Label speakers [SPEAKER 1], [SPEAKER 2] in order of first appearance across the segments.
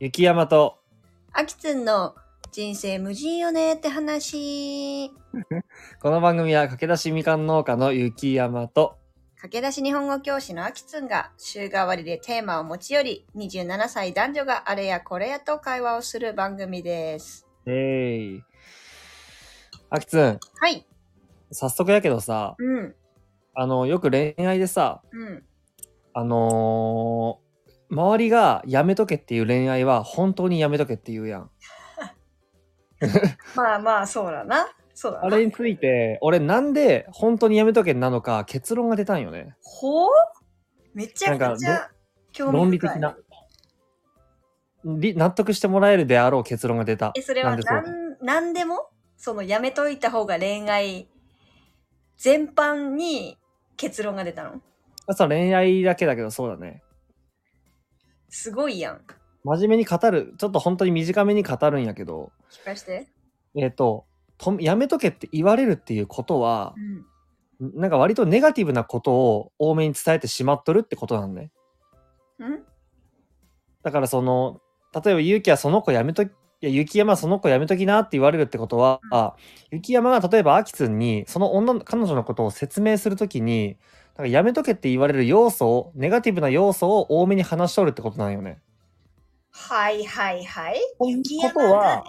[SPEAKER 1] 雪山と
[SPEAKER 2] あきつんの人生無人よねって話。
[SPEAKER 1] この番組は駆け出しみかん農家の雪山と
[SPEAKER 2] 駆け出し日本語教師のあきつんが週替わりでテーマを持ち寄り、27歳男女があれやこれやと会話をする番組です。
[SPEAKER 1] えい、あきつん
[SPEAKER 2] はい。
[SPEAKER 1] 早速やけどさ
[SPEAKER 2] うん。
[SPEAKER 1] あのよく恋愛でさ
[SPEAKER 2] うん。
[SPEAKER 1] あのー周りがやめとけっていう恋愛は本当にやめとけって言うやん
[SPEAKER 2] まあまあ、そうだな。そうだな。
[SPEAKER 1] あれについて俺なんで本当にやめとけなのか結論が出たんよね
[SPEAKER 2] ほうめちゃくち
[SPEAKER 1] なん
[SPEAKER 2] ゃ興味深い。
[SPEAKER 1] 論理的なり納得してもらえるであろう結論が出た
[SPEAKER 2] え、それは
[SPEAKER 1] なんでそう
[SPEAKER 2] なんなんでもそのやめといた方が恋愛全般に結論が出たの
[SPEAKER 1] まあそう恋愛だけだけどそうだね
[SPEAKER 2] すごいやん。
[SPEAKER 1] 真面目に語るちょっと本当に短めに語るんやけど
[SPEAKER 2] 聞かして。
[SPEAKER 1] えっ、ととやめとけって言われるっていうことは
[SPEAKER 2] うん。
[SPEAKER 1] なんか割とネガティブなことを多めに伝えてしまっとるってことなんね
[SPEAKER 2] うん
[SPEAKER 1] だからその例えばゆうきはその子やめときいや雪山はその子やめときなって言われるってことは、
[SPEAKER 2] うん
[SPEAKER 1] あ雪山が例えばアキツンにその女の彼女のことを説明するときになんかやめとけって言われる要素をネガティブな要素を多めに話しとるってことなんよね。
[SPEAKER 2] はいはいはい。
[SPEAKER 1] という
[SPEAKER 2] 雪
[SPEAKER 1] こ
[SPEAKER 2] 山
[SPEAKER 1] と
[SPEAKER 2] が
[SPEAKER 1] は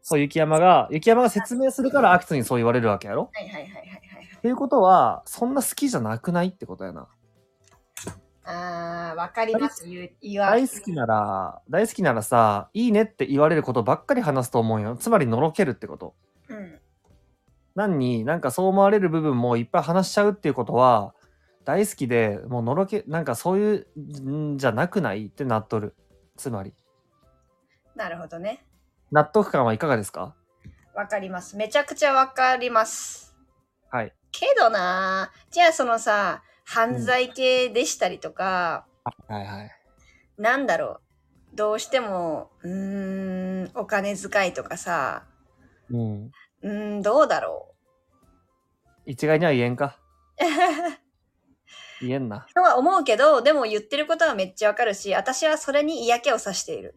[SPEAKER 1] そう雪山が雪山が説明するからアキツンにそう言われるわけやろ
[SPEAKER 2] はいはいはいはいはい
[SPEAKER 1] っていうことは、そんな好きじゃなくないってことやな。
[SPEAKER 2] はい。あー、わかります。言う、言わ
[SPEAKER 1] 大好きなら、大好きならさ、いいねって言われることばっかり話すと思うよ。つまり、のろけるってこと。
[SPEAKER 2] うん。
[SPEAKER 1] 何に、なんかそう思われる部分もいっぱい話しちゃうっていうことは、大好きで、もうのろけ、なんかそういうんじゃなくないってなっとる。つまり、
[SPEAKER 2] なるほどね。
[SPEAKER 1] 納得感はいかがですか
[SPEAKER 2] わかります。めちゃくちゃわかります。
[SPEAKER 1] はい。
[SPEAKER 2] けどなーじゃあそのさ、犯罪系でしたりとか、
[SPEAKER 1] はいはい。
[SPEAKER 2] なんだろうどうしてもうーんお金遣いとかさ
[SPEAKER 1] うん。
[SPEAKER 2] うーんどうだろ
[SPEAKER 1] 一概には言えん か。
[SPEAKER 2] う
[SPEAKER 1] 言えんな。
[SPEAKER 2] とは思うけどでも言ってることはめっちゃわかるし私はそれに嫌気をさしている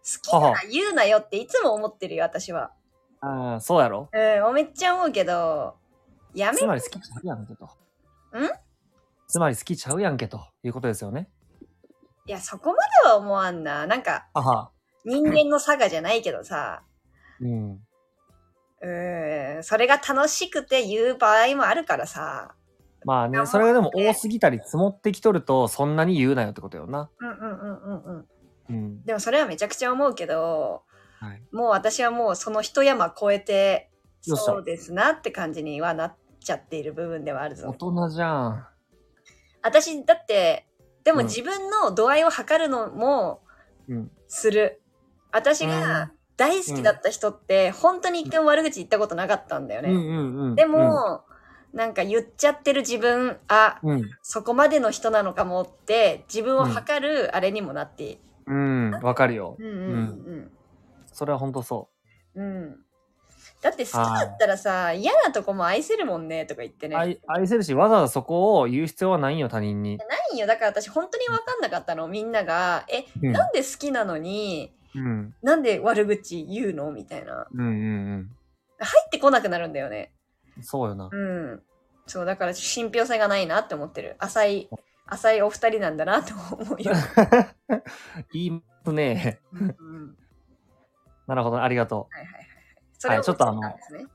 [SPEAKER 2] 好きなら言うなよっていつも思ってるよ私は
[SPEAKER 1] ああ、そうやろ。
[SPEAKER 2] うんめっちゃ思うけどやめ
[SPEAKER 1] つまり好きちゃうやんけと。んつまり好きちゃうやんけということですよね。
[SPEAKER 2] いやそこまでは思わんななんか
[SPEAKER 1] あは。
[SPEAKER 2] 人間の差がじゃないけどさ
[SPEAKER 1] うん。
[SPEAKER 2] うーんそれが楽しくて言う場合もあるからさ
[SPEAKER 1] まあ
[SPEAKER 2] 頑張
[SPEAKER 1] ね、
[SPEAKER 2] って
[SPEAKER 1] それがでも多すぎたり積もってきとると、そんなに言うなよってことよな。
[SPEAKER 2] うんうんうんうんうん
[SPEAKER 1] うん。
[SPEAKER 2] でもそれはめちゃくちゃ思うけど、
[SPEAKER 1] はい
[SPEAKER 2] もう私はもうその一山越えて
[SPEAKER 1] よっしゃ
[SPEAKER 2] そうですなって感じにはなっちゃっている部分ではある
[SPEAKER 1] 大
[SPEAKER 2] ぞ。
[SPEAKER 1] 人じゃん。
[SPEAKER 2] 私だってでも
[SPEAKER 1] うん
[SPEAKER 2] 自分の度合いを測るのも
[SPEAKER 1] うん。
[SPEAKER 2] する。私
[SPEAKER 1] う
[SPEAKER 2] が
[SPEAKER 1] ん
[SPEAKER 2] 大好きだった人って本当に一回も悪口言ったことなかったんだよ
[SPEAKER 1] う
[SPEAKER 2] ね。
[SPEAKER 1] んうんうん。
[SPEAKER 2] でも、なんか言っちゃってる自分あ
[SPEAKER 1] うん、
[SPEAKER 2] そこまでの人なのかもって自分を測るあれにもなっていい。
[SPEAKER 1] うん。うん、わかるよ
[SPEAKER 2] う。んうんうんうん
[SPEAKER 1] それはほんとそ
[SPEAKER 2] うん。だって好きだったらさ、嫌なとこも愛せるもんねとか言って
[SPEAKER 1] う。
[SPEAKER 2] ね。
[SPEAKER 1] 愛愛せるし、わざわざそこを言う必要はないよ、他人に。
[SPEAKER 2] ないよ。だから私本当に分かんなかったの。みんなが、え、
[SPEAKER 1] うん。
[SPEAKER 2] なんで好きなのに、
[SPEAKER 1] うん。
[SPEAKER 2] なんで悪口言うのみたいな。
[SPEAKER 1] うんうん
[SPEAKER 2] 入ってこなくなるんだよね。
[SPEAKER 1] うん。そうよな。
[SPEAKER 2] うん。そう、だから信憑性がないなって思ってる。浅い、浅いお二人なんだなって 思うよ。
[SPEAKER 1] 言いますね。
[SPEAKER 2] うんうん
[SPEAKER 1] なるほど、ありがと
[SPEAKER 2] はいはいはい。それを
[SPEAKER 1] はいちょっとあの
[SPEAKER 2] 思たんですね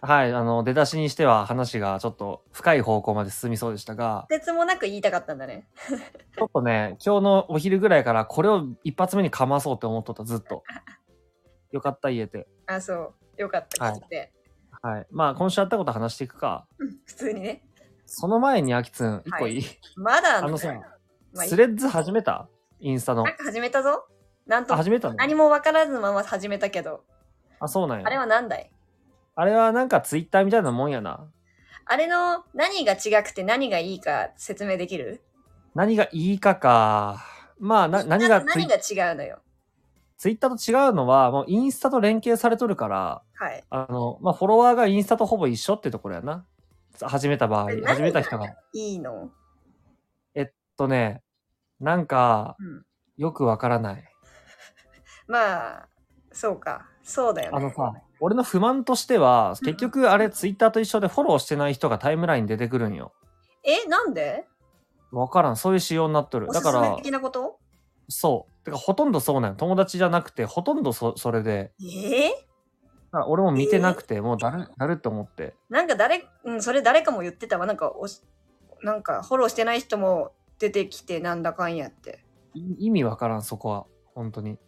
[SPEAKER 1] う。はい、あの、出だしにしては話がちょっと深い方向まで進みそうでしたが、
[SPEAKER 2] とてつもなく言いたかったんだね。
[SPEAKER 1] ちょっとね、今日のお昼ぐらいからこれを一発目にかまそうって思っとった、ずっと。よかった、言えて。
[SPEAKER 2] あ、そう。よかった。
[SPEAKER 1] はい
[SPEAKER 2] 聞いて、
[SPEAKER 1] はい。まあ、今週あったこと話していくか。
[SPEAKER 2] 普通にね。
[SPEAKER 1] その前に、あきつん、一個いい、
[SPEAKER 2] まだ
[SPEAKER 1] あ
[SPEAKER 2] ん
[SPEAKER 1] の
[SPEAKER 2] だ
[SPEAKER 1] さ、
[SPEAKER 2] まあいい
[SPEAKER 1] スレッズ始めたインスタの
[SPEAKER 2] なん。か始めたぞ。なんと
[SPEAKER 1] あ、始めたの
[SPEAKER 2] 何もわからずまま始めたけど、
[SPEAKER 1] あ、そうなんや。
[SPEAKER 2] あれは何だい
[SPEAKER 1] あれはなんかツイッターみたいなもんやな。
[SPEAKER 2] あれの何が違くて何がいいか説明できる
[SPEAKER 1] 何がいいかか。まあ、な何が
[SPEAKER 2] まず
[SPEAKER 1] ツイ
[SPEAKER 2] 何が違うのよ。
[SPEAKER 1] ツイッターと違うのは、もうインスタと連携されとるから、
[SPEAKER 2] はい。
[SPEAKER 1] あの、まあ、フォロワーがインスタとほぼ一緒ってところやな。始めた場合
[SPEAKER 2] え、何
[SPEAKER 1] 始めた人が。えっ
[SPEAKER 2] いいの。
[SPEAKER 1] とね、なんか、
[SPEAKER 2] うん。
[SPEAKER 1] よくわからない。
[SPEAKER 2] まあ、そうか。そうだよね。
[SPEAKER 1] あのさ、俺の不満としては、
[SPEAKER 2] うん
[SPEAKER 1] 結局あれ、ツイッターと一緒でフォローしてない人がタイムラインに出てくるんよ。
[SPEAKER 2] え、なんで
[SPEAKER 1] わからん、そういう仕様になっとる。
[SPEAKER 2] お
[SPEAKER 1] だ
[SPEAKER 2] す
[SPEAKER 1] か
[SPEAKER 2] すめ
[SPEAKER 1] ら、
[SPEAKER 2] 的なこと
[SPEAKER 1] そう。てか、ほとんどそうなんよ。友達じゃなくて、ほとんどそそれで。
[SPEAKER 2] ええ
[SPEAKER 1] だから俺も見てなくて、もうだる、だるって思って。
[SPEAKER 2] なんか誰、うん、それ誰かも言ってたわ。なんかおし、なんかフォローしてない人も出てきて、なんだかんやって。
[SPEAKER 1] い意味わからん、そこは。本当に。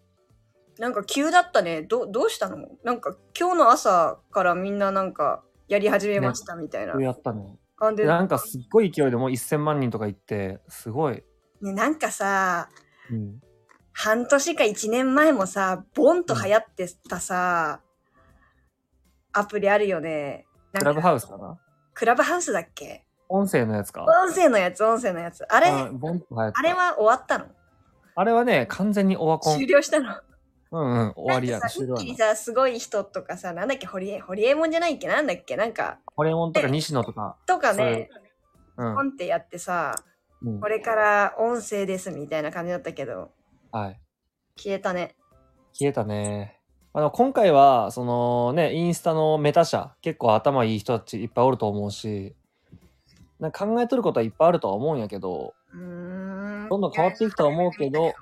[SPEAKER 2] なんか急だったね。どどうしたのなんか今日の朝からみんななんかやり始めましたみたいな。
[SPEAKER 1] こうやったね。
[SPEAKER 2] あで
[SPEAKER 1] で、なんかすっごい勢いでもう1000万人とか行って、すごい。
[SPEAKER 2] ね、なんかさ、
[SPEAKER 1] うん。
[SPEAKER 2] 半年か一年前もさ、ボンと流行ってたさ、アプリあるよね。
[SPEAKER 1] ク
[SPEAKER 2] なんか
[SPEAKER 1] ラブハウスかな
[SPEAKER 2] クラブハウスだっけ
[SPEAKER 1] 音声のやつか。
[SPEAKER 2] 音声のやつ、音声のやつ。あれ、
[SPEAKER 1] あボンと流行った
[SPEAKER 2] あれは終わったの
[SPEAKER 1] あれはね、完全にオワコン
[SPEAKER 2] 終。了したの
[SPEAKER 1] うんうん、終わり
[SPEAKER 2] な
[SPEAKER 1] や
[SPEAKER 2] んか。さ
[SPEAKER 1] 終了
[SPEAKER 2] 一気
[SPEAKER 1] や
[SPEAKER 2] に
[SPEAKER 1] な。
[SPEAKER 2] さ、すごい人とかさ、なんだっけ、ホリエ、ホリエモンじゃないっけなんだっけなんか、
[SPEAKER 1] ホレモンとか西野とか。
[SPEAKER 2] とかね、
[SPEAKER 1] うん
[SPEAKER 2] ポ。ンってやってさ、
[SPEAKER 1] うん
[SPEAKER 2] これから音声ですみたいな感じだったけど、
[SPEAKER 1] はい。
[SPEAKER 2] 消えたね。
[SPEAKER 1] 消えたね。あの、今回は、そのね、インスタのメタ社、結構頭いい人たちいっぱいおると思うし、なんか考えとることはいっぱいあるとは思うんやけど、
[SPEAKER 2] うーん。
[SPEAKER 1] どんどん変わっていくとは思うけど、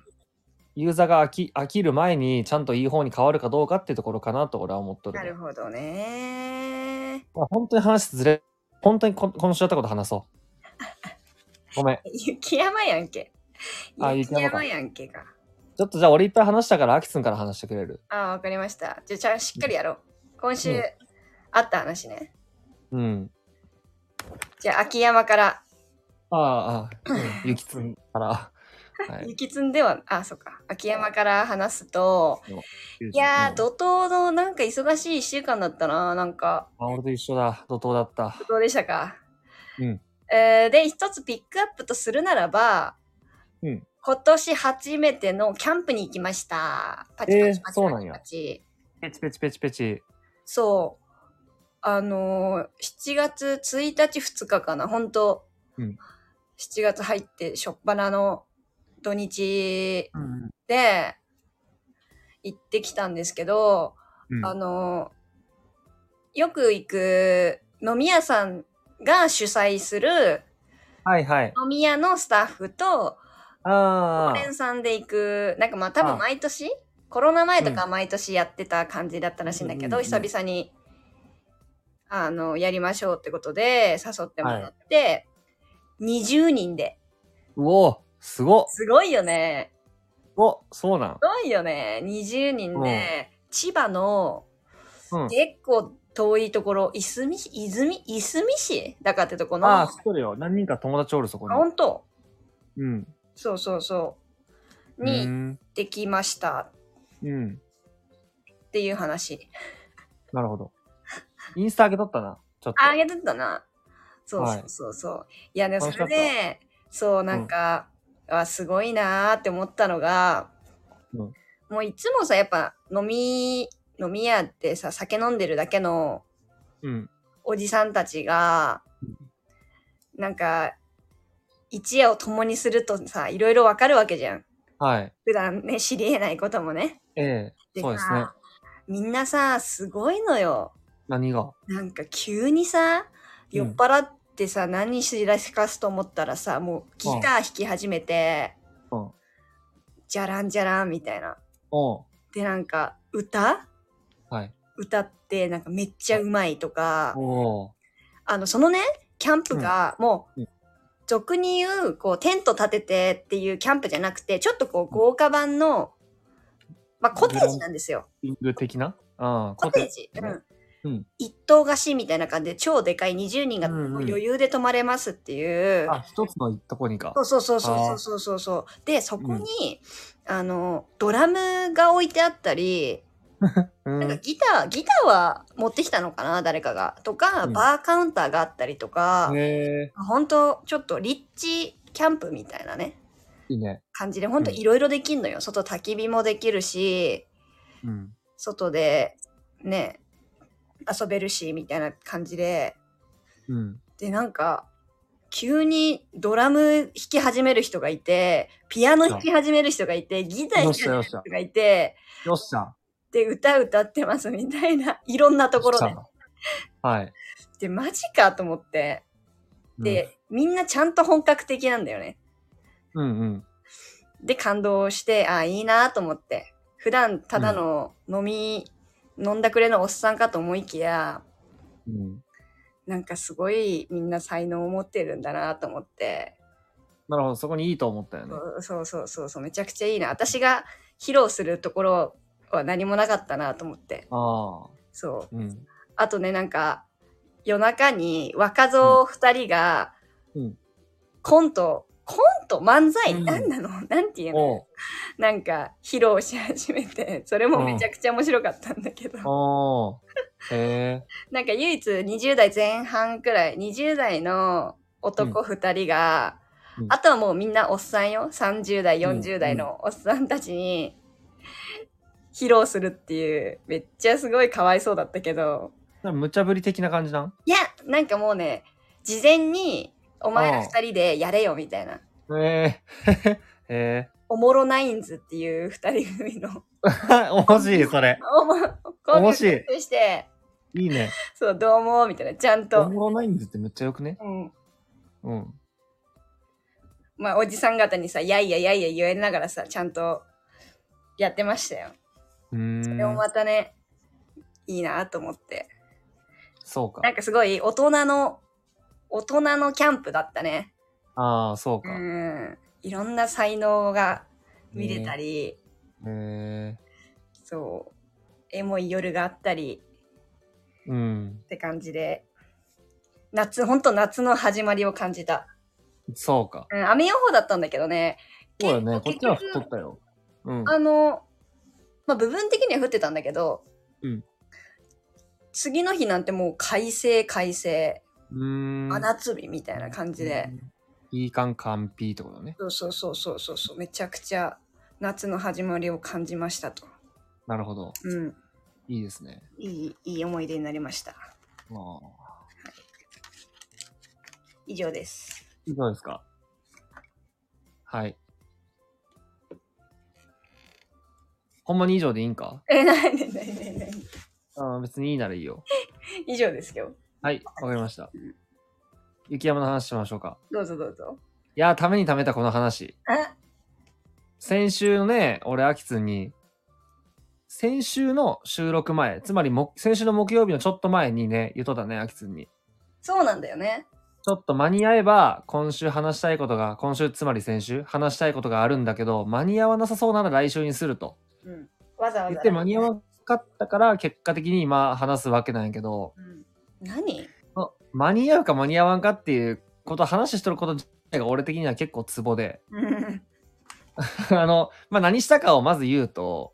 [SPEAKER 1] ユーザーが飽き飽きる前にちゃんといい方に変わるかどうかっていうところかなと俺は思っとる
[SPEAKER 2] な
[SPEAKER 1] ね、
[SPEAKER 2] るほどね。
[SPEAKER 1] まあ、本当に話ずれ、本当にここの人やったこと話 そう。ごめん。
[SPEAKER 2] 雪山やんけ。
[SPEAKER 1] あ
[SPEAKER 2] 雪
[SPEAKER 1] 雪山か
[SPEAKER 2] 山やんけか。
[SPEAKER 1] ちょっとじゃあ俺いっぱい話したから、アキツンから話してくれる。
[SPEAKER 2] ああ、わかりました。じゃあちゃん、しっかりやろう。今週、
[SPEAKER 1] うん
[SPEAKER 2] あった話ね。
[SPEAKER 1] うん。
[SPEAKER 2] じゃあ、秋山から、
[SPEAKER 1] ああ、ああ、 うん、ゆきつんから。はい。
[SPEAKER 2] 雪積んでは、あ、そっか。秋山から話すと、いや
[SPEAKER 1] うん
[SPEAKER 2] ー、怒涛のなんか忙しい1週間だったな。なんか、
[SPEAKER 1] あ、俺と一緒だ。怒涛だった。
[SPEAKER 2] どうでしたか
[SPEAKER 1] うん。
[SPEAKER 2] えーで、一つピックアップとするならば、
[SPEAKER 1] うん
[SPEAKER 2] 今年初めてのキャンプに行きました。パチパチ
[SPEAKER 1] えー
[SPEAKER 2] パチパチ
[SPEAKER 1] そうなんや
[SPEAKER 2] パチ
[SPEAKER 1] ペチペチペチペチ。
[SPEAKER 2] そう。あのー、7月1日2日かな、本当、
[SPEAKER 1] うん
[SPEAKER 2] 7月入って、しょっぱなの土日
[SPEAKER 1] うん。
[SPEAKER 2] で、行ってきたんですけど、
[SPEAKER 1] うん
[SPEAKER 2] あのー、よく行く飲み屋さんが主催する
[SPEAKER 1] はいはい。
[SPEAKER 2] 飲み屋のスタッフと、
[SPEAKER 1] あ
[SPEAKER 2] 常連さんで行く、なんかまあ多分毎年、コロナ前とか毎年やってた感じだったらしいんだ
[SPEAKER 1] う
[SPEAKER 2] けど、
[SPEAKER 1] んうんうん
[SPEAKER 2] 久々に、あの、やりましょうってことで誘ってもらって、20人で。
[SPEAKER 1] あ。うおすごっ
[SPEAKER 2] すごいよね。
[SPEAKER 1] おそうなん
[SPEAKER 2] す。ごいよね。20人で、千葉の
[SPEAKER 1] うん。
[SPEAKER 2] 結構遠いところ、いすみ市、泉、いすみ市だかってとこの、
[SPEAKER 1] ああ、
[SPEAKER 2] あ
[SPEAKER 1] 知っとるよ。何人か友達おる、そこに。
[SPEAKER 2] 本当
[SPEAKER 1] うん。
[SPEAKER 2] そうそうそう。
[SPEAKER 1] う
[SPEAKER 2] に行っ
[SPEAKER 1] ん。
[SPEAKER 2] てきました
[SPEAKER 1] うん。
[SPEAKER 2] っていう話。
[SPEAKER 1] なるほど。インスタ上げとったな。ちょっと。
[SPEAKER 2] あげてたな。そう
[SPEAKER 1] はい
[SPEAKER 2] そうそうそう。い、やね、
[SPEAKER 1] 楽
[SPEAKER 2] そ
[SPEAKER 1] しか
[SPEAKER 2] れ
[SPEAKER 1] った
[SPEAKER 2] で、そう、なんか、あすごいなーって思ったのが、
[SPEAKER 1] うん
[SPEAKER 2] もういつもさ、やっぱ飲み、飲み屋ってさ、酒飲んでるだけの
[SPEAKER 1] うん。
[SPEAKER 2] おじさんたちが、なんか、一夜を共にするとさ、いろいろわかるわけじゃん。
[SPEAKER 1] はい。
[SPEAKER 2] 普段ね、知り得ないこともね。
[SPEAKER 1] ええそうですね
[SPEAKER 2] さ。みんなさ、すごいのよ。
[SPEAKER 1] 何が
[SPEAKER 2] なんか急にさ
[SPEAKER 1] うん
[SPEAKER 2] 酔っ払ってさ、何しらかすと思ったらさもうギター弾き始めて、
[SPEAKER 1] うん
[SPEAKER 2] じゃらんじゃらんみたいな
[SPEAKER 1] おう
[SPEAKER 2] でなんか歌
[SPEAKER 1] はい。
[SPEAKER 2] 歌ってなんかめっちゃうまいとか、
[SPEAKER 1] おう
[SPEAKER 2] あのそのねキャンプがもう、
[SPEAKER 1] うん
[SPEAKER 2] 俗に言うこうテント立ててっていうキャンプじゃなくてちょっとこう豪華版の、まあ、コテージなんですよ
[SPEAKER 1] イング的なうん。
[SPEAKER 2] コテージ、
[SPEAKER 1] ね
[SPEAKER 2] う
[SPEAKER 1] うん
[SPEAKER 2] ん、一棟貸しみたいな感じで超でかい20人が
[SPEAKER 1] うんうん
[SPEAKER 2] 余裕で泊まれますっていう、
[SPEAKER 1] あ、一つのとこにか。
[SPEAKER 2] そうそうそうそうそうそうそうでそこに、あのドラムが置いてあったり
[SPEAKER 1] う
[SPEAKER 2] なんか
[SPEAKER 1] ん。
[SPEAKER 2] ギターギターは持ってきたのかな誰かがとか、
[SPEAKER 1] うん
[SPEAKER 2] バーカウンターがあったりとか、
[SPEAKER 1] え
[SPEAKER 2] 本当ちょっとリッチキャンプみたいなね
[SPEAKER 1] えいいね。
[SPEAKER 2] 感じで本当
[SPEAKER 1] うん
[SPEAKER 2] いろいろできんのよ、外焚き火もできるし
[SPEAKER 1] うん。
[SPEAKER 2] 外でね遊べるしみたいな感じで
[SPEAKER 1] うん。
[SPEAKER 2] でなんか急にドラム弾き始める人がいて、ピアノ弾き始める人がいて、ギター弾き始める人がいて、
[SPEAKER 1] よっしゃ。
[SPEAKER 2] で、歌歌ってますみたいな、 いろんなところ
[SPEAKER 1] よっ
[SPEAKER 2] で
[SPEAKER 1] し。ゃはい。
[SPEAKER 2] で、マジかと思って。
[SPEAKER 1] うん、
[SPEAKER 2] で、みんなちゃんと本格的なんだよね。
[SPEAKER 1] うんうん。
[SPEAKER 2] で、感動して、ああ、いいなと思って。普段ただの飲み、飲んだくれのおっさんかと思いきや、
[SPEAKER 1] うん。
[SPEAKER 2] なんかすごいみんな才能を持ってるんだなと思って。
[SPEAKER 1] なるほど、そこにいいと思ったよね。
[SPEAKER 2] そうそうそうそう、めちゃくちゃいいな。私が披露するところは何もなかったなと思って。
[SPEAKER 1] ああ。
[SPEAKER 2] そう。
[SPEAKER 1] うん。
[SPEAKER 2] あとね、なんか、夜中に若造二人が
[SPEAKER 1] うんうん、
[SPEAKER 2] コント、コント漫才、
[SPEAKER 1] うん
[SPEAKER 2] なんなの なんていうの
[SPEAKER 1] おう
[SPEAKER 2] なんか、披露し始めて、 それもめちゃくちゃ面白かったんだけど、
[SPEAKER 1] おうへえ。
[SPEAKER 2] なんか唯一20代前半くらい、20代の男二人が、
[SPEAKER 1] うん
[SPEAKER 2] あとはもうみんなおっさんよ。30代、
[SPEAKER 1] うん
[SPEAKER 2] 40代のおっさんたちに、披露するっていう、めっちゃすごいかわいそうだったけど、
[SPEAKER 1] なんか無茶ぶり的な感じなん
[SPEAKER 2] いや、なんかもうね、事前に、お前
[SPEAKER 1] あ
[SPEAKER 2] ら
[SPEAKER 1] あ
[SPEAKER 2] 二人でやれよ、みたいな。
[SPEAKER 1] へえ。 へえ。
[SPEAKER 2] おもろナインズっていう二人 組の、
[SPEAKER 1] 面白い、それ。
[SPEAKER 2] おも、コンビを
[SPEAKER 1] 面白い
[SPEAKER 2] 結成して、
[SPEAKER 1] いいね。
[SPEAKER 2] そう、どうも、みたいな、ちゃん
[SPEAKER 1] お
[SPEAKER 2] と、
[SPEAKER 1] もろないんですってめっちゃよくね。
[SPEAKER 2] うん。
[SPEAKER 1] うん。
[SPEAKER 2] まあ、おじさん方にさ、やいややいや言えながらさ、ちゃんとやってましたよ。
[SPEAKER 1] うーん。
[SPEAKER 2] でもまたね、いいなと思って。
[SPEAKER 1] そうか
[SPEAKER 2] な。んかすごい、大人の、大人のキャンプだったね。
[SPEAKER 1] ああ、そう
[SPEAKER 2] う
[SPEAKER 1] か。へ
[SPEAKER 2] ん。いろんな才能が見れたり、
[SPEAKER 1] え。
[SPEAKER 2] そう。エモい夜があったり
[SPEAKER 1] うん
[SPEAKER 2] っ。て感じで。夏、ほんと夏の始まりを感じた。
[SPEAKER 1] そうか。
[SPEAKER 2] うん、雨予報だったんだけどね。
[SPEAKER 1] そうだね。こっ
[SPEAKER 2] 結
[SPEAKER 1] ちは
[SPEAKER 2] 局
[SPEAKER 1] 太ったよ。うん。
[SPEAKER 2] あの、まあ、部分的には降ってたんだけど、
[SPEAKER 1] うん
[SPEAKER 2] 次の日なんてもう快晴快晴、
[SPEAKER 1] うーん。
[SPEAKER 2] 真夏日みたいな感じで。
[SPEAKER 1] うん。いい感完璧ってことね。
[SPEAKER 2] そうそうそうそうそう、めちゃくちゃ夏の始まりを感じましたと。
[SPEAKER 1] なるほど。
[SPEAKER 2] うん。
[SPEAKER 1] いいですね。
[SPEAKER 2] いい、いい思い出になりました。
[SPEAKER 1] ああ。
[SPEAKER 2] 以上です。
[SPEAKER 1] いかがですかはい。ほんまに以上でいいんか
[SPEAKER 2] え、なになになになに
[SPEAKER 1] ああ、別にいいならいいよ。
[SPEAKER 2] 以上ですよ。
[SPEAKER 1] はい、わかりました。雪山の話しましょうか。
[SPEAKER 2] どうぞどうぞ。
[SPEAKER 1] いやー、ためにためたこの話。
[SPEAKER 2] あ、
[SPEAKER 1] 先週のね、俺、アキツンに、先週の収録前、つまりも先週の木曜日のちょっと前にね、言っとったね、アキツンに。
[SPEAKER 2] そうなんだよね。
[SPEAKER 1] ちょっと間に合えば、今週話したいことが、今週、つまり先週、話したいことがあるんだけど、間に合わなさそうなら来週にすると。
[SPEAKER 2] うん。わざわざ、
[SPEAKER 1] 言って間に合わなかったから、結果的に今話すわけなんやけど、
[SPEAKER 2] うん。何
[SPEAKER 1] あ間に合うか間に合わんかっていうこと、話しとること自体が俺的には結構ツボで。
[SPEAKER 2] うん。
[SPEAKER 1] あの、まあ、何したかをまず言うと、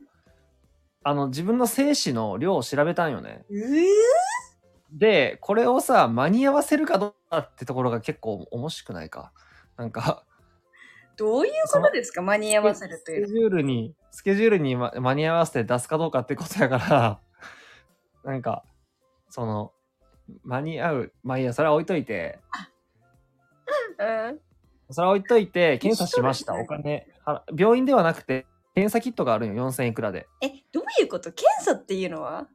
[SPEAKER 1] あの、自分の精子の量を調べたんよね。
[SPEAKER 2] う
[SPEAKER 1] で、これをさ、間に合わせるかどうかってところが結構面白くないか。なんか、
[SPEAKER 2] どういうことですか間に合わせるとい
[SPEAKER 1] スケ
[SPEAKER 2] う。
[SPEAKER 1] ジュールに、スケジュールに、ま、間に合わせて出すかどうかってことやから、なんか、その、間に合う、まあいいや、それは置いといて、
[SPEAKER 2] うん。
[SPEAKER 1] それは置いといて、検査しました、
[SPEAKER 2] 一緒
[SPEAKER 1] お
[SPEAKER 2] ですね
[SPEAKER 1] 金。は病院ではなくて、検査キットがあるんよ、4000いくらで。
[SPEAKER 2] え、どういうこと検査っていうのは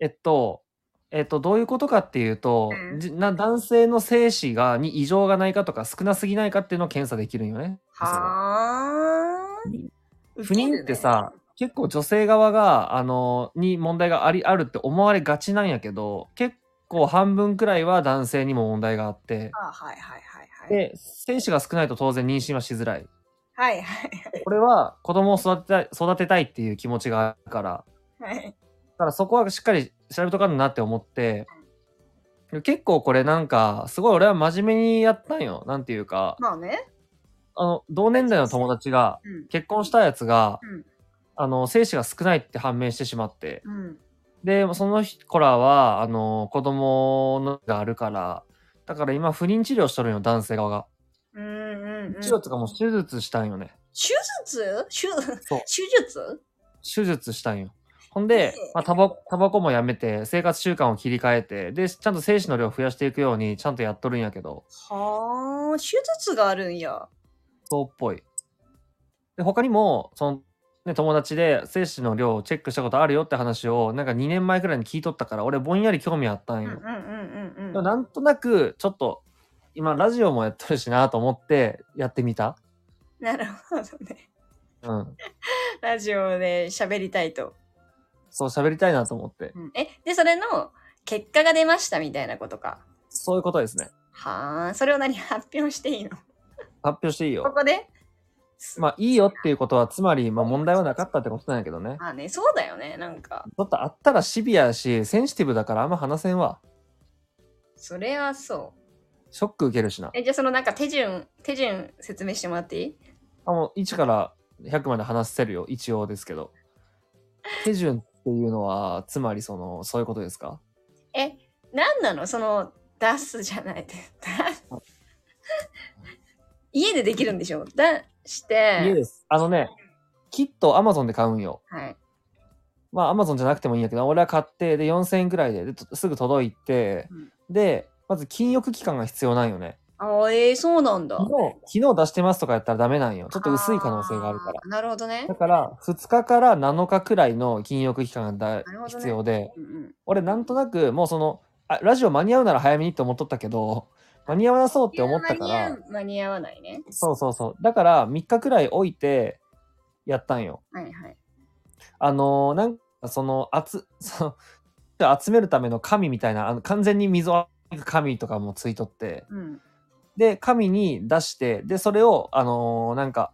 [SPEAKER 1] えっと、えっと、どういうことかっていうと、
[SPEAKER 2] うん
[SPEAKER 1] じな男性の精子がに異常がないかとか少なすぎないかっていうのを検査できるんよね。
[SPEAKER 2] はあ。
[SPEAKER 1] 不妊ってさ、結構女性側が、あの、に問題があり、あるって思われがちなんやけど、結構半分くらいは男性にも問題があって、
[SPEAKER 2] あはいはいはいはい。
[SPEAKER 1] で、精子が少ないと当然妊娠はしづらい。
[SPEAKER 2] はいはい
[SPEAKER 1] これは子供を育てたい、育てたいっていう気持ちがあるから、
[SPEAKER 2] はい。
[SPEAKER 1] だからそこはしっかり調べとかんなって思って、結構これなんか、すごい俺は真面目にやったんよ。なんていうか、
[SPEAKER 2] まあね。
[SPEAKER 1] あの、同年代の友達が、
[SPEAKER 2] うん。
[SPEAKER 1] 結婚したやつが、
[SPEAKER 2] うん
[SPEAKER 1] あの、精子が少ないって判明してしまって、
[SPEAKER 2] うん。
[SPEAKER 1] で、その子らは、あの、子供のがあるから、だから今不妊治療しとるんよ、男性側が。
[SPEAKER 2] うんうんうん。
[SPEAKER 1] 治療とかもう手術したんよね。
[SPEAKER 2] 手術手
[SPEAKER 1] そう
[SPEAKER 2] 手術
[SPEAKER 1] 手術したんよ。ほんで、まあ、タバタバコもやめて、生活習慣を切り替えて、で、ちゃんと精子の量を増やしていくように、ちゃんとやっとるんやけど、
[SPEAKER 2] はあ、手術があるんや。
[SPEAKER 1] そうっぽい。で、他にも、その、ね、友達で精子の量をチェックしたことあるよって話を、なんか2年前くらいに聞いとったから、俺ぼんやり興味あったん
[SPEAKER 2] うん
[SPEAKER 1] よ。
[SPEAKER 2] うんうんうん
[SPEAKER 1] で
[SPEAKER 2] う
[SPEAKER 1] も
[SPEAKER 2] ん。
[SPEAKER 1] なんとなく、ちょっと、今、ラジオもやっとるしなと思って、やってみた。
[SPEAKER 2] なるほどね。
[SPEAKER 1] うん。
[SPEAKER 2] ラジオで喋りたいと。
[SPEAKER 1] そう喋りたいなと思って。
[SPEAKER 2] うんえ、で、それの結果が出ましたみたいなことか。
[SPEAKER 1] そういうことですね。
[SPEAKER 2] はあ、それを何発表していいの
[SPEAKER 1] 発表していいよ
[SPEAKER 2] こ。こで
[SPEAKER 1] まあ、いいよっていうことは、つまり、まあ、問題はなかったってことなんやけどね。
[SPEAKER 2] まあね、そうだよね。なんか、
[SPEAKER 1] ちょっとあったらシビアやし、センシティブだからあんま話せんわ。
[SPEAKER 2] それはそう。
[SPEAKER 1] ショック受けるしな。
[SPEAKER 2] え、じゃあそのなんか手順、手順説明してもらっていい
[SPEAKER 1] あもう1から100まで話せるよ、一応ですけど。手順っていうのは、つまりその、そういうことですか
[SPEAKER 2] え、なんなのその、 出すじゃないで。出家でできるんでしょ出し
[SPEAKER 1] いい
[SPEAKER 2] て、
[SPEAKER 1] です。あのね、キット Amazon で買うんよ。
[SPEAKER 2] はい。
[SPEAKER 1] まあ、Amazon じゃなくてもいいんやけど、俺は買って、で、4000円くらいで、でとすぐ届いて、で、まず禁欲期間が必要なんよね。
[SPEAKER 2] あー、えー、そうなんだ。
[SPEAKER 1] 昨日、昨日出してますとかやったらダメなんよ。ちょっと薄い可能性があるから。
[SPEAKER 2] あー。なるほどね
[SPEAKER 1] だ。から、2日から7日くらいの禁欲期間がだ
[SPEAKER 2] るほどね
[SPEAKER 1] 必要で、
[SPEAKER 2] うんうん、
[SPEAKER 1] 俺なんとなくもうそのあラジオ間に合うなら早めにって思っとったけど 間に合わなそうって思ったか
[SPEAKER 2] い
[SPEAKER 1] ら
[SPEAKER 2] や間に合う間に合わないね。
[SPEAKER 1] そうそうそうだから3日くらい置いてやったんよ
[SPEAKER 2] はいはい。
[SPEAKER 1] あのーなんかその集 その集めるための神みたいなあの完全に水を浴びる神とかもついとって
[SPEAKER 2] うん。
[SPEAKER 1] で神に出してでそれをあのーなんか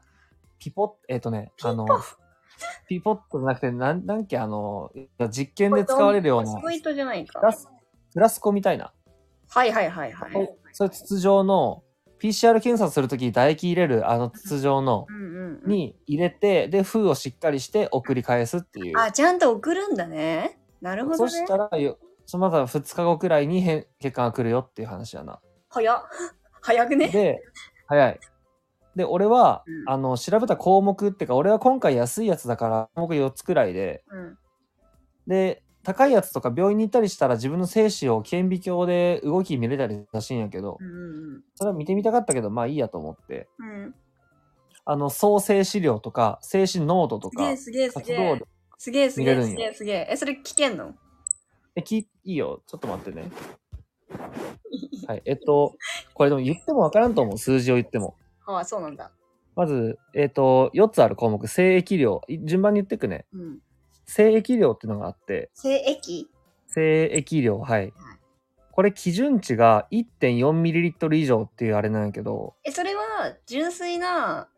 [SPEAKER 1] ピポッえっ、とねあの
[SPEAKER 2] ピポッ
[SPEAKER 1] ピポッとじゃなくてなんなんっけあの実験で使われるような
[SPEAKER 2] ポイントじゃないか。
[SPEAKER 1] ラスフラスコみたいな
[SPEAKER 2] はいはいはいはい。
[SPEAKER 1] はいそれ筒状の PCR 検査するとき唾液入れるあの筒状の
[SPEAKER 2] うんうんうん、
[SPEAKER 1] に入れてで封をしっかりして送り返すっていう
[SPEAKER 2] あ、ちゃんと送るんだね。なるほど
[SPEAKER 1] そ
[SPEAKER 2] ね。
[SPEAKER 1] したらよそまた2日後くらいに変血管が来るよっていう話やな
[SPEAKER 2] 早っ。 早くね。
[SPEAKER 1] で早いで俺は、
[SPEAKER 2] うん
[SPEAKER 1] あの調べた項目ってか俺は今回安いやつだから項目4つくらいで
[SPEAKER 2] うん、
[SPEAKER 1] で高いやつとか病院に行ったりしたら自分の精子を顕微鏡で動き見れたりらしいんやけど
[SPEAKER 2] うん
[SPEAKER 1] それは見てみたかったけどまあいいやと思って
[SPEAKER 2] うんうん。うん。
[SPEAKER 1] あの、創精資料とか、精神濃度と
[SPEAKER 2] すげ
[SPEAKER 1] か
[SPEAKER 2] え、すげえす
[SPEAKER 1] 活
[SPEAKER 2] げ
[SPEAKER 1] 動
[SPEAKER 2] え
[SPEAKER 1] 量。
[SPEAKER 2] すげえすげ
[SPEAKER 1] 見れる
[SPEAKER 2] え
[SPEAKER 1] んよ
[SPEAKER 2] すげえすげえ。え、それ聞けんの
[SPEAKER 1] え、き、いいよ。ちょっと待ってね。はい。えっと、これでも言ってもわからんと思う。数字を言っても。
[SPEAKER 2] ああ、そうなんだ。
[SPEAKER 1] まず、えっと、4つある項目。精液量。い順番に言ってくね。
[SPEAKER 2] うん。
[SPEAKER 1] 精液量っていうのがあって、
[SPEAKER 2] 精液
[SPEAKER 1] 精液量、はい。これ基準値が 1.4ml 以上っていうあれなんやけど、
[SPEAKER 2] え、それは純粋な、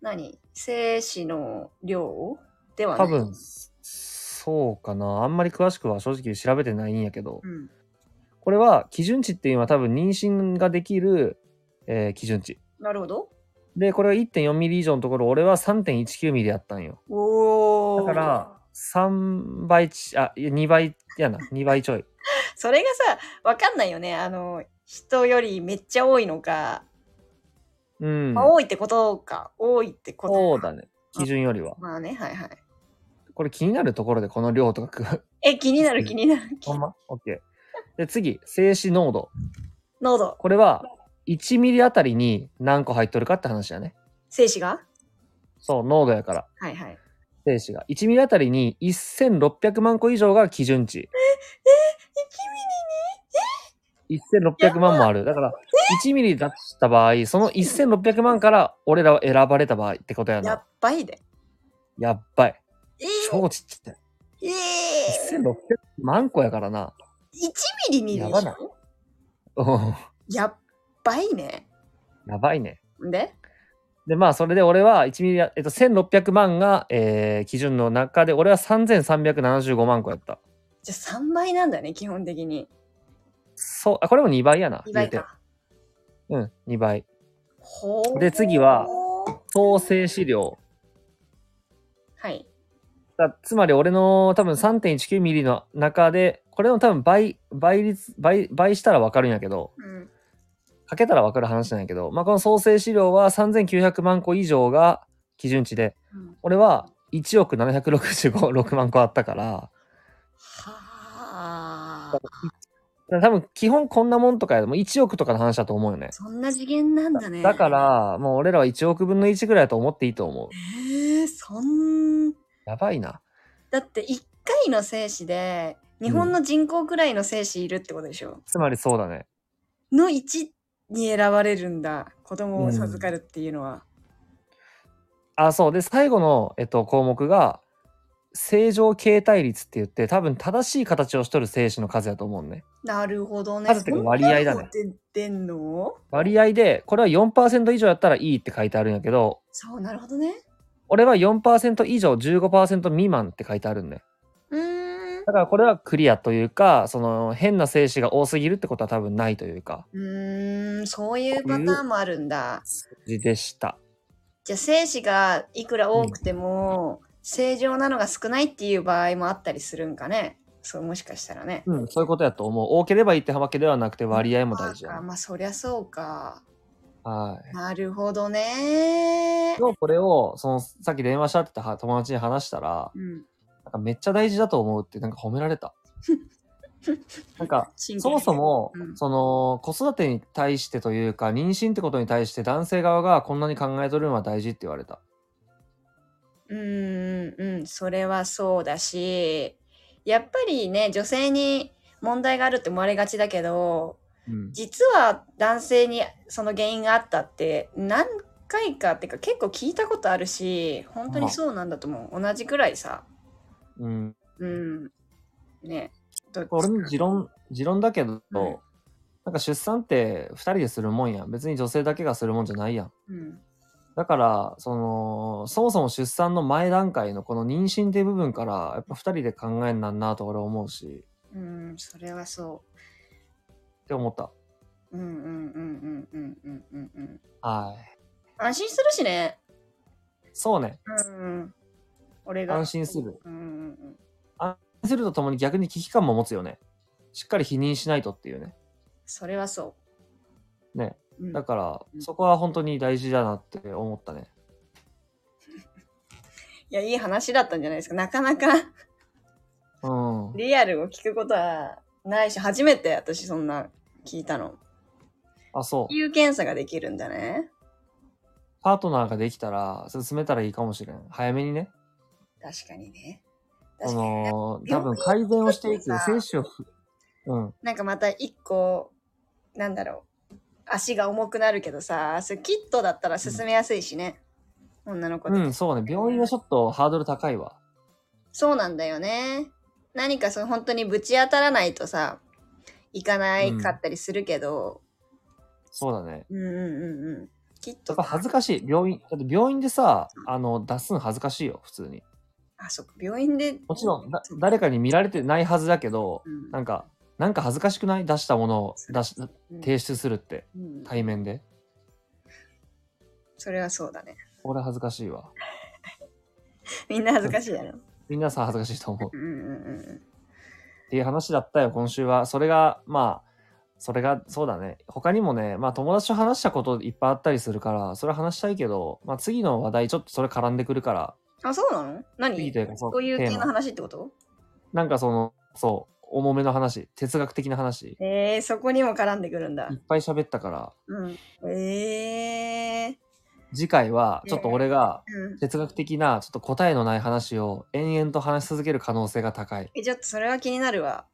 [SPEAKER 2] 何精子の量ではな
[SPEAKER 1] 多
[SPEAKER 2] い。
[SPEAKER 1] 分、そうかな。あんまり詳しくは正直調べてないんやけど、
[SPEAKER 2] うん。
[SPEAKER 1] これは基準値っていうのは多分妊娠ができる、えー基準値。
[SPEAKER 2] なるほど。
[SPEAKER 1] で、これが1.4ミリ以上のところ、俺は3.19ミリやったんよ。
[SPEAKER 2] お
[SPEAKER 1] だ
[SPEAKER 2] ー
[SPEAKER 1] から、3倍ち、あ、いや2倍やな、2倍ち ょい。
[SPEAKER 2] それがさ、わかんないよね。あの、人よりめっちゃ多いのか、
[SPEAKER 1] うん
[SPEAKER 2] ま。あ多いってことか、多いってことか。
[SPEAKER 1] そうだね。基準よりは。
[SPEAKER 2] まあね、はいはい。
[SPEAKER 1] これ気になるところでこの量とかく。
[SPEAKER 2] え、気になる気になる。
[SPEAKER 1] ほんま ?OK。で、次、精子濃度。
[SPEAKER 2] 喉、
[SPEAKER 1] これは、1ミリあたりに何個入っとるかって話だね。
[SPEAKER 2] 精子が
[SPEAKER 1] そう、濃度やから。
[SPEAKER 2] はいはい。
[SPEAKER 1] 精子が。1ミリあたりに1600万個以上が基準値。1600万もある。だから、1ミリ出した場合、その1600万から俺らは選ばれた場合ってことや
[SPEAKER 2] やっ
[SPEAKER 1] な。
[SPEAKER 2] ばいで。
[SPEAKER 1] やっばい。
[SPEAKER 2] え
[SPEAKER 1] 超ちっちゃい。
[SPEAKER 2] ー、えー、1
[SPEAKER 1] 1600万個やからな。
[SPEAKER 2] ミリにでしょ
[SPEAKER 1] やばないうん
[SPEAKER 2] やっばいね。
[SPEAKER 1] やばいね。
[SPEAKER 2] んで
[SPEAKER 1] で、まあ、それで俺は1ミリ、えっと、1600万が、えー基準の中で、俺は3375万個やった。
[SPEAKER 2] じゃあ3倍なんだね、基本的に。
[SPEAKER 1] そう、あ、これも2倍やな。
[SPEAKER 2] 2倍
[SPEAKER 1] 言う
[SPEAKER 2] か。
[SPEAKER 1] てうん、2倍。
[SPEAKER 2] ほー
[SPEAKER 1] で次は創精資料。
[SPEAKER 2] はい。
[SPEAKER 1] だつまり俺の多分3.19ミリの中で、これの多分倍、倍率、倍、倍したらわかるんやけど、
[SPEAKER 2] うん。
[SPEAKER 1] かけたらわかる話なんやけど、まあ、この創生資料は3900万個以上が基準値で、
[SPEAKER 2] うん
[SPEAKER 1] 俺は1億7656万個あったから、
[SPEAKER 2] はあ。
[SPEAKER 1] 多分基本こんなもんとかよりも1億とかの話だと思うよね。
[SPEAKER 2] そんな次元なんだね。
[SPEAKER 1] だか。ら、もう俺らは1億分の1ぐらいだと思っていいと思う。
[SPEAKER 2] ええそん。
[SPEAKER 1] やばいな。
[SPEAKER 2] だって1回の精子で、日本の人口くらいの精子いるってことでしょ、
[SPEAKER 1] つまりそうだね。
[SPEAKER 2] の1に選ばれるんだ。子供を授かるっていうのは。
[SPEAKER 1] あ、そう。で、最後の、えっと、項目が、正常形態率って言って、多分正しい形をしとる精子の数だと思うね。
[SPEAKER 2] なるほどね。
[SPEAKER 1] 数っていうか割合だね
[SPEAKER 2] そんなの出てんの
[SPEAKER 1] 割合で、これは4%以上やったらいいって書いてあるんやけど、
[SPEAKER 2] そう、なるほどね。
[SPEAKER 1] 俺は4%以上15%未満って書いてあるんね。
[SPEAKER 2] うーん。
[SPEAKER 1] だからこれはクリアというか、その変な精子が多すぎるってことは多分ないというか、
[SPEAKER 2] うーん、そういうパターンもあるんだ。
[SPEAKER 1] でした。
[SPEAKER 2] じゃあ精子がいくら多くても、正常なのが少ないっていう場合もあったりするんかねそうもしかしたらね。
[SPEAKER 1] うん、そういうことやと思う。多ければいいってわけではなくて割合も大事
[SPEAKER 2] あ
[SPEAKER 1] やね。
[SPEAKER 2] まあそりゃそうか。
[SPEAKER 1] は
[SPEAKER 2] なるほどね
[SPEAKER 1] い。。今日これを、その、さっき電話したって言った友達に話したら、
[SPEAKER 2] うん。
[SPEAKER 1] なんかめっちゃ大事だと思うってなんか褒めら れた。なんか、そもそも、
[SPEAKER 2] うん
[SPEAKER 1] その、子育てに対してというか、妊娠ってことに対して男性側がこんなに考えとるのは大事って言われた。
[SPEAKER 2] うんうんうんそれはそうだしやっぱりね女性に問題があるって思われがちだけど
[SPEAKER 1] うん。
[SPEAKER 2] 実は男性にその原因があったって何回かっていうか結構聞いたことあるし本当にそうなんだと思う同じくらいさ
[SPEAKER 1] うん。
[SPEAKER 2] うんねどっちか
[SPEAKER 1] 俺の持論、持論だけど、
[SPEAKER 2] うん
[SPEAKER 1] なんか出産って2人でするもんやん。別に女性だけがするもんじゃないやん。
[SPEAKER 2] うん
[SPEAKER 1] だから、その、そもそも出産の前段階のこの妊娠っていう部分から、やっぱ二人で考えんなんなと俺は思うし、
[SPEAKER 2] うんそれはそ
[SPEAKER 1] って思った。
[SPEAKER 2] ううんうんうんうんうんうんうんうん
[SPEAKER 1] はい。
[SPEAKER 2] 安心するしね
[SPEAKER 1] そうね。
[SPEAKER 2] うんうん俺が
[SPEAKER 1] 安心する。
[SPEAKER 2] うんうんうん
[SPEAKER 1] するとともに逆に危機感も持つよね。しっかり否認しないとっていうね。
[SPEAKER 2] それはそう。
[SPEAKER 1] ね
[SPEAKER 2] うん。
[SPEAKER 1] だから
[SPEAKER 2] う、ん
[SPEAKER 1] そこは本当に大事だなって思ったね。
[SPEAKER 2] いや、いい話だったんじゃないですか。なかなか
[SPEAKER 1] うん。
[SPEAKER 2] リアルを聞くことはないし、初めて私そんな聞いたの。
[SPEAKER 1] あ、そう。
[SPEAKER 2] いう検査ができるんだね。
[SPEAKER 1] パートナーができたら、進めたらいいかもしれん。早めにね。
[SPEAKER 2] 確かにね。
[SPEAKER 1] あ
[SPEAKER 2] 確かに。
[SPEAKER 1] のー多分改善をしていく。精子をふ。うん。
[SPEAKER 2] なんかまた一個、なんだろう。足が重くなるけどさ、それキットだったら進めやすいしね。女の子で、
[SPEAKER 1] うん、そうね。病院はちょっとハードル高いわ。
[SPEAKER 2] そうなんだよね。何かその本当にぶち当たらないとさ、いかないかったりするけど、
[SPEAKER 1] そうだね。
[SPEAKER 2] うん、うんうんうん。キッ
[SPEAKER 1] や
[SPEAKER 2] ト
[SPEAKER 1] っぱ恥ずかしい。病院。だって病院でさ、あの、出すの恥ずかしいよ、普通に。
[SPEAKER 2] あ、そっか、病院で。
[SPEAKER 1] もちろん、だ
[SPEAKER 2] そう
[SPEAKER 1] 誰かに見られてないはずだけど、
[SPEAKER 2] うん
[SPEAKER 1] なんか、なんか恥ずかしくない出したものを出し、
[SPEAKER 2] うん
[SPEAKER 1] 提出するって、
[SPEAKER 2] うん
[SPEAKER 1] 対面で。
[SPEAKER 2] それはそうだね。
[SPEAKER 1] 俺恥ずかしいわ。
[SPEAKER 2] みんな恥ずかしいやろ。
[SPEAKER 1] みんなさ、恥ずかしいと思う。
[SPEAKER 2] うんうんうん
[SPEAKER 1] っていう話だったよ、今週は。それが、まあ、それが、そうだね。他にもね、まあ友達と話したこといっぱいあったりするから、それ話したいけど、まあ次の話題ちょっとそれ絡んでくるから、
[SPEAKER 2] うん。あ、そうなの
[SPEAKER 1] 次
[SPEAKER 2] 何
[SPEAKER 1] というか、そ
[SPEAKER 2] そういう
[SPEAKER 1] テ
[SPEAKER 2] 系
[SPEAKER 1] ー
[SPEAKER 2] の
[SPEAKER 1] マ
[SPEAKER 2] 話ってこと
[SPEAKER 1] なんかその、そう、重めの話、哲学的な話、
[SPEAKER 2] えー、そこにも絡んでくるんだ
[SPEAKER 1] いっ。ぱい喋ったから、
[SPEAKER 2] うん。えー。
[SPEAKER 1] 次回はちょっと俺が
[SPEAKER 2] うん。
[SPEAKER 1] 哲学的なちょっと答えのない話を延々と話し続ける可能性が高い。
[SPEAKER 2] え、ちょっとそれは気になるわ。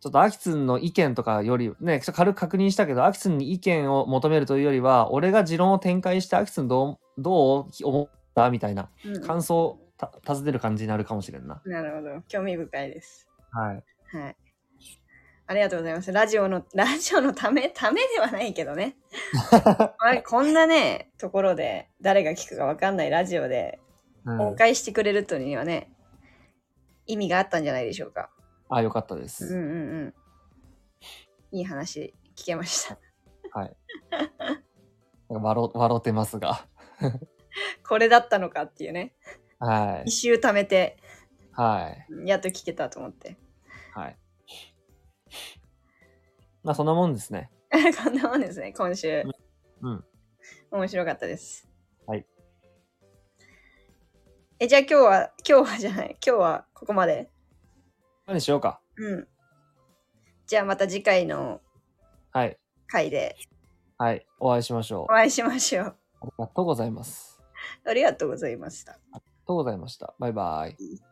[SPEAKER 1] ちょっとアキツンの意見とかより、ね、ちょっと軽く確認したけど、アキツンに意見を求めるというよりは、俺が持論を展開して、アキツンどう、どう思ったみたいな
[SPEAKER 2] うん、
[SPEAKER 1] 感想をた尋ねる感じになるかもしれんな。
[SPEAKER 2] なるほど。興味深いです。
[SPEAKER 1] はい。
[SPEAKER 2] はい。ありがとうございます。ラジオの、 ラジオのため、ためではないけ どね。まあこんなね、ところで、誰が聞くかわかんないラジオで、
[SPEAKER 1] うん
[SPEAKER 2] 公開してくれるというにはね、意味があったんじゃないでしょうか。
[SPEAKER 1] あ、よかったで
[SPEAKER 2] うんう
[SPEAKER 1] す。
[SPEAKER 2] んうん。いい話聞けました。
[SPEAKER 1] なんか笑う笑ってますが。
[SPEAKER 2] これだったのかっていうね。
[SPEAKER 1] はい
[SPEAKER 2] 一。周貯めて、
[SPEAKER 1] はい。
[SPEAKER 2] やっと聞けたと思って。
[SPEAKER 1] はい。まあ、そんなもんですね。
[SPEAKER 2] こんなもんですね、今週。
[SPEAKER 1] うん
[SPEAKER 2] 面白かったです。
[SPEAKER 1] はい。
[SPEAKER 2] え、じゃあ今日は、今日はじゃない、今日はここまで。
[SPEAKER 1] 何しようか。
[SPEAKER 2] うん。じゃあまた次回の
[SPEAKER 1] はい。
[SPEAKER 2] 回で
[SPEAKER 1] はい。お会いしましょ
[SPEAKER 2] お会いしましょう。
[SPEAKER 1] う。ありがとうございます。
[SPEAKER 2] ありがとうございました。
[SPEAKER 1] ありがとうございました。バイバイ。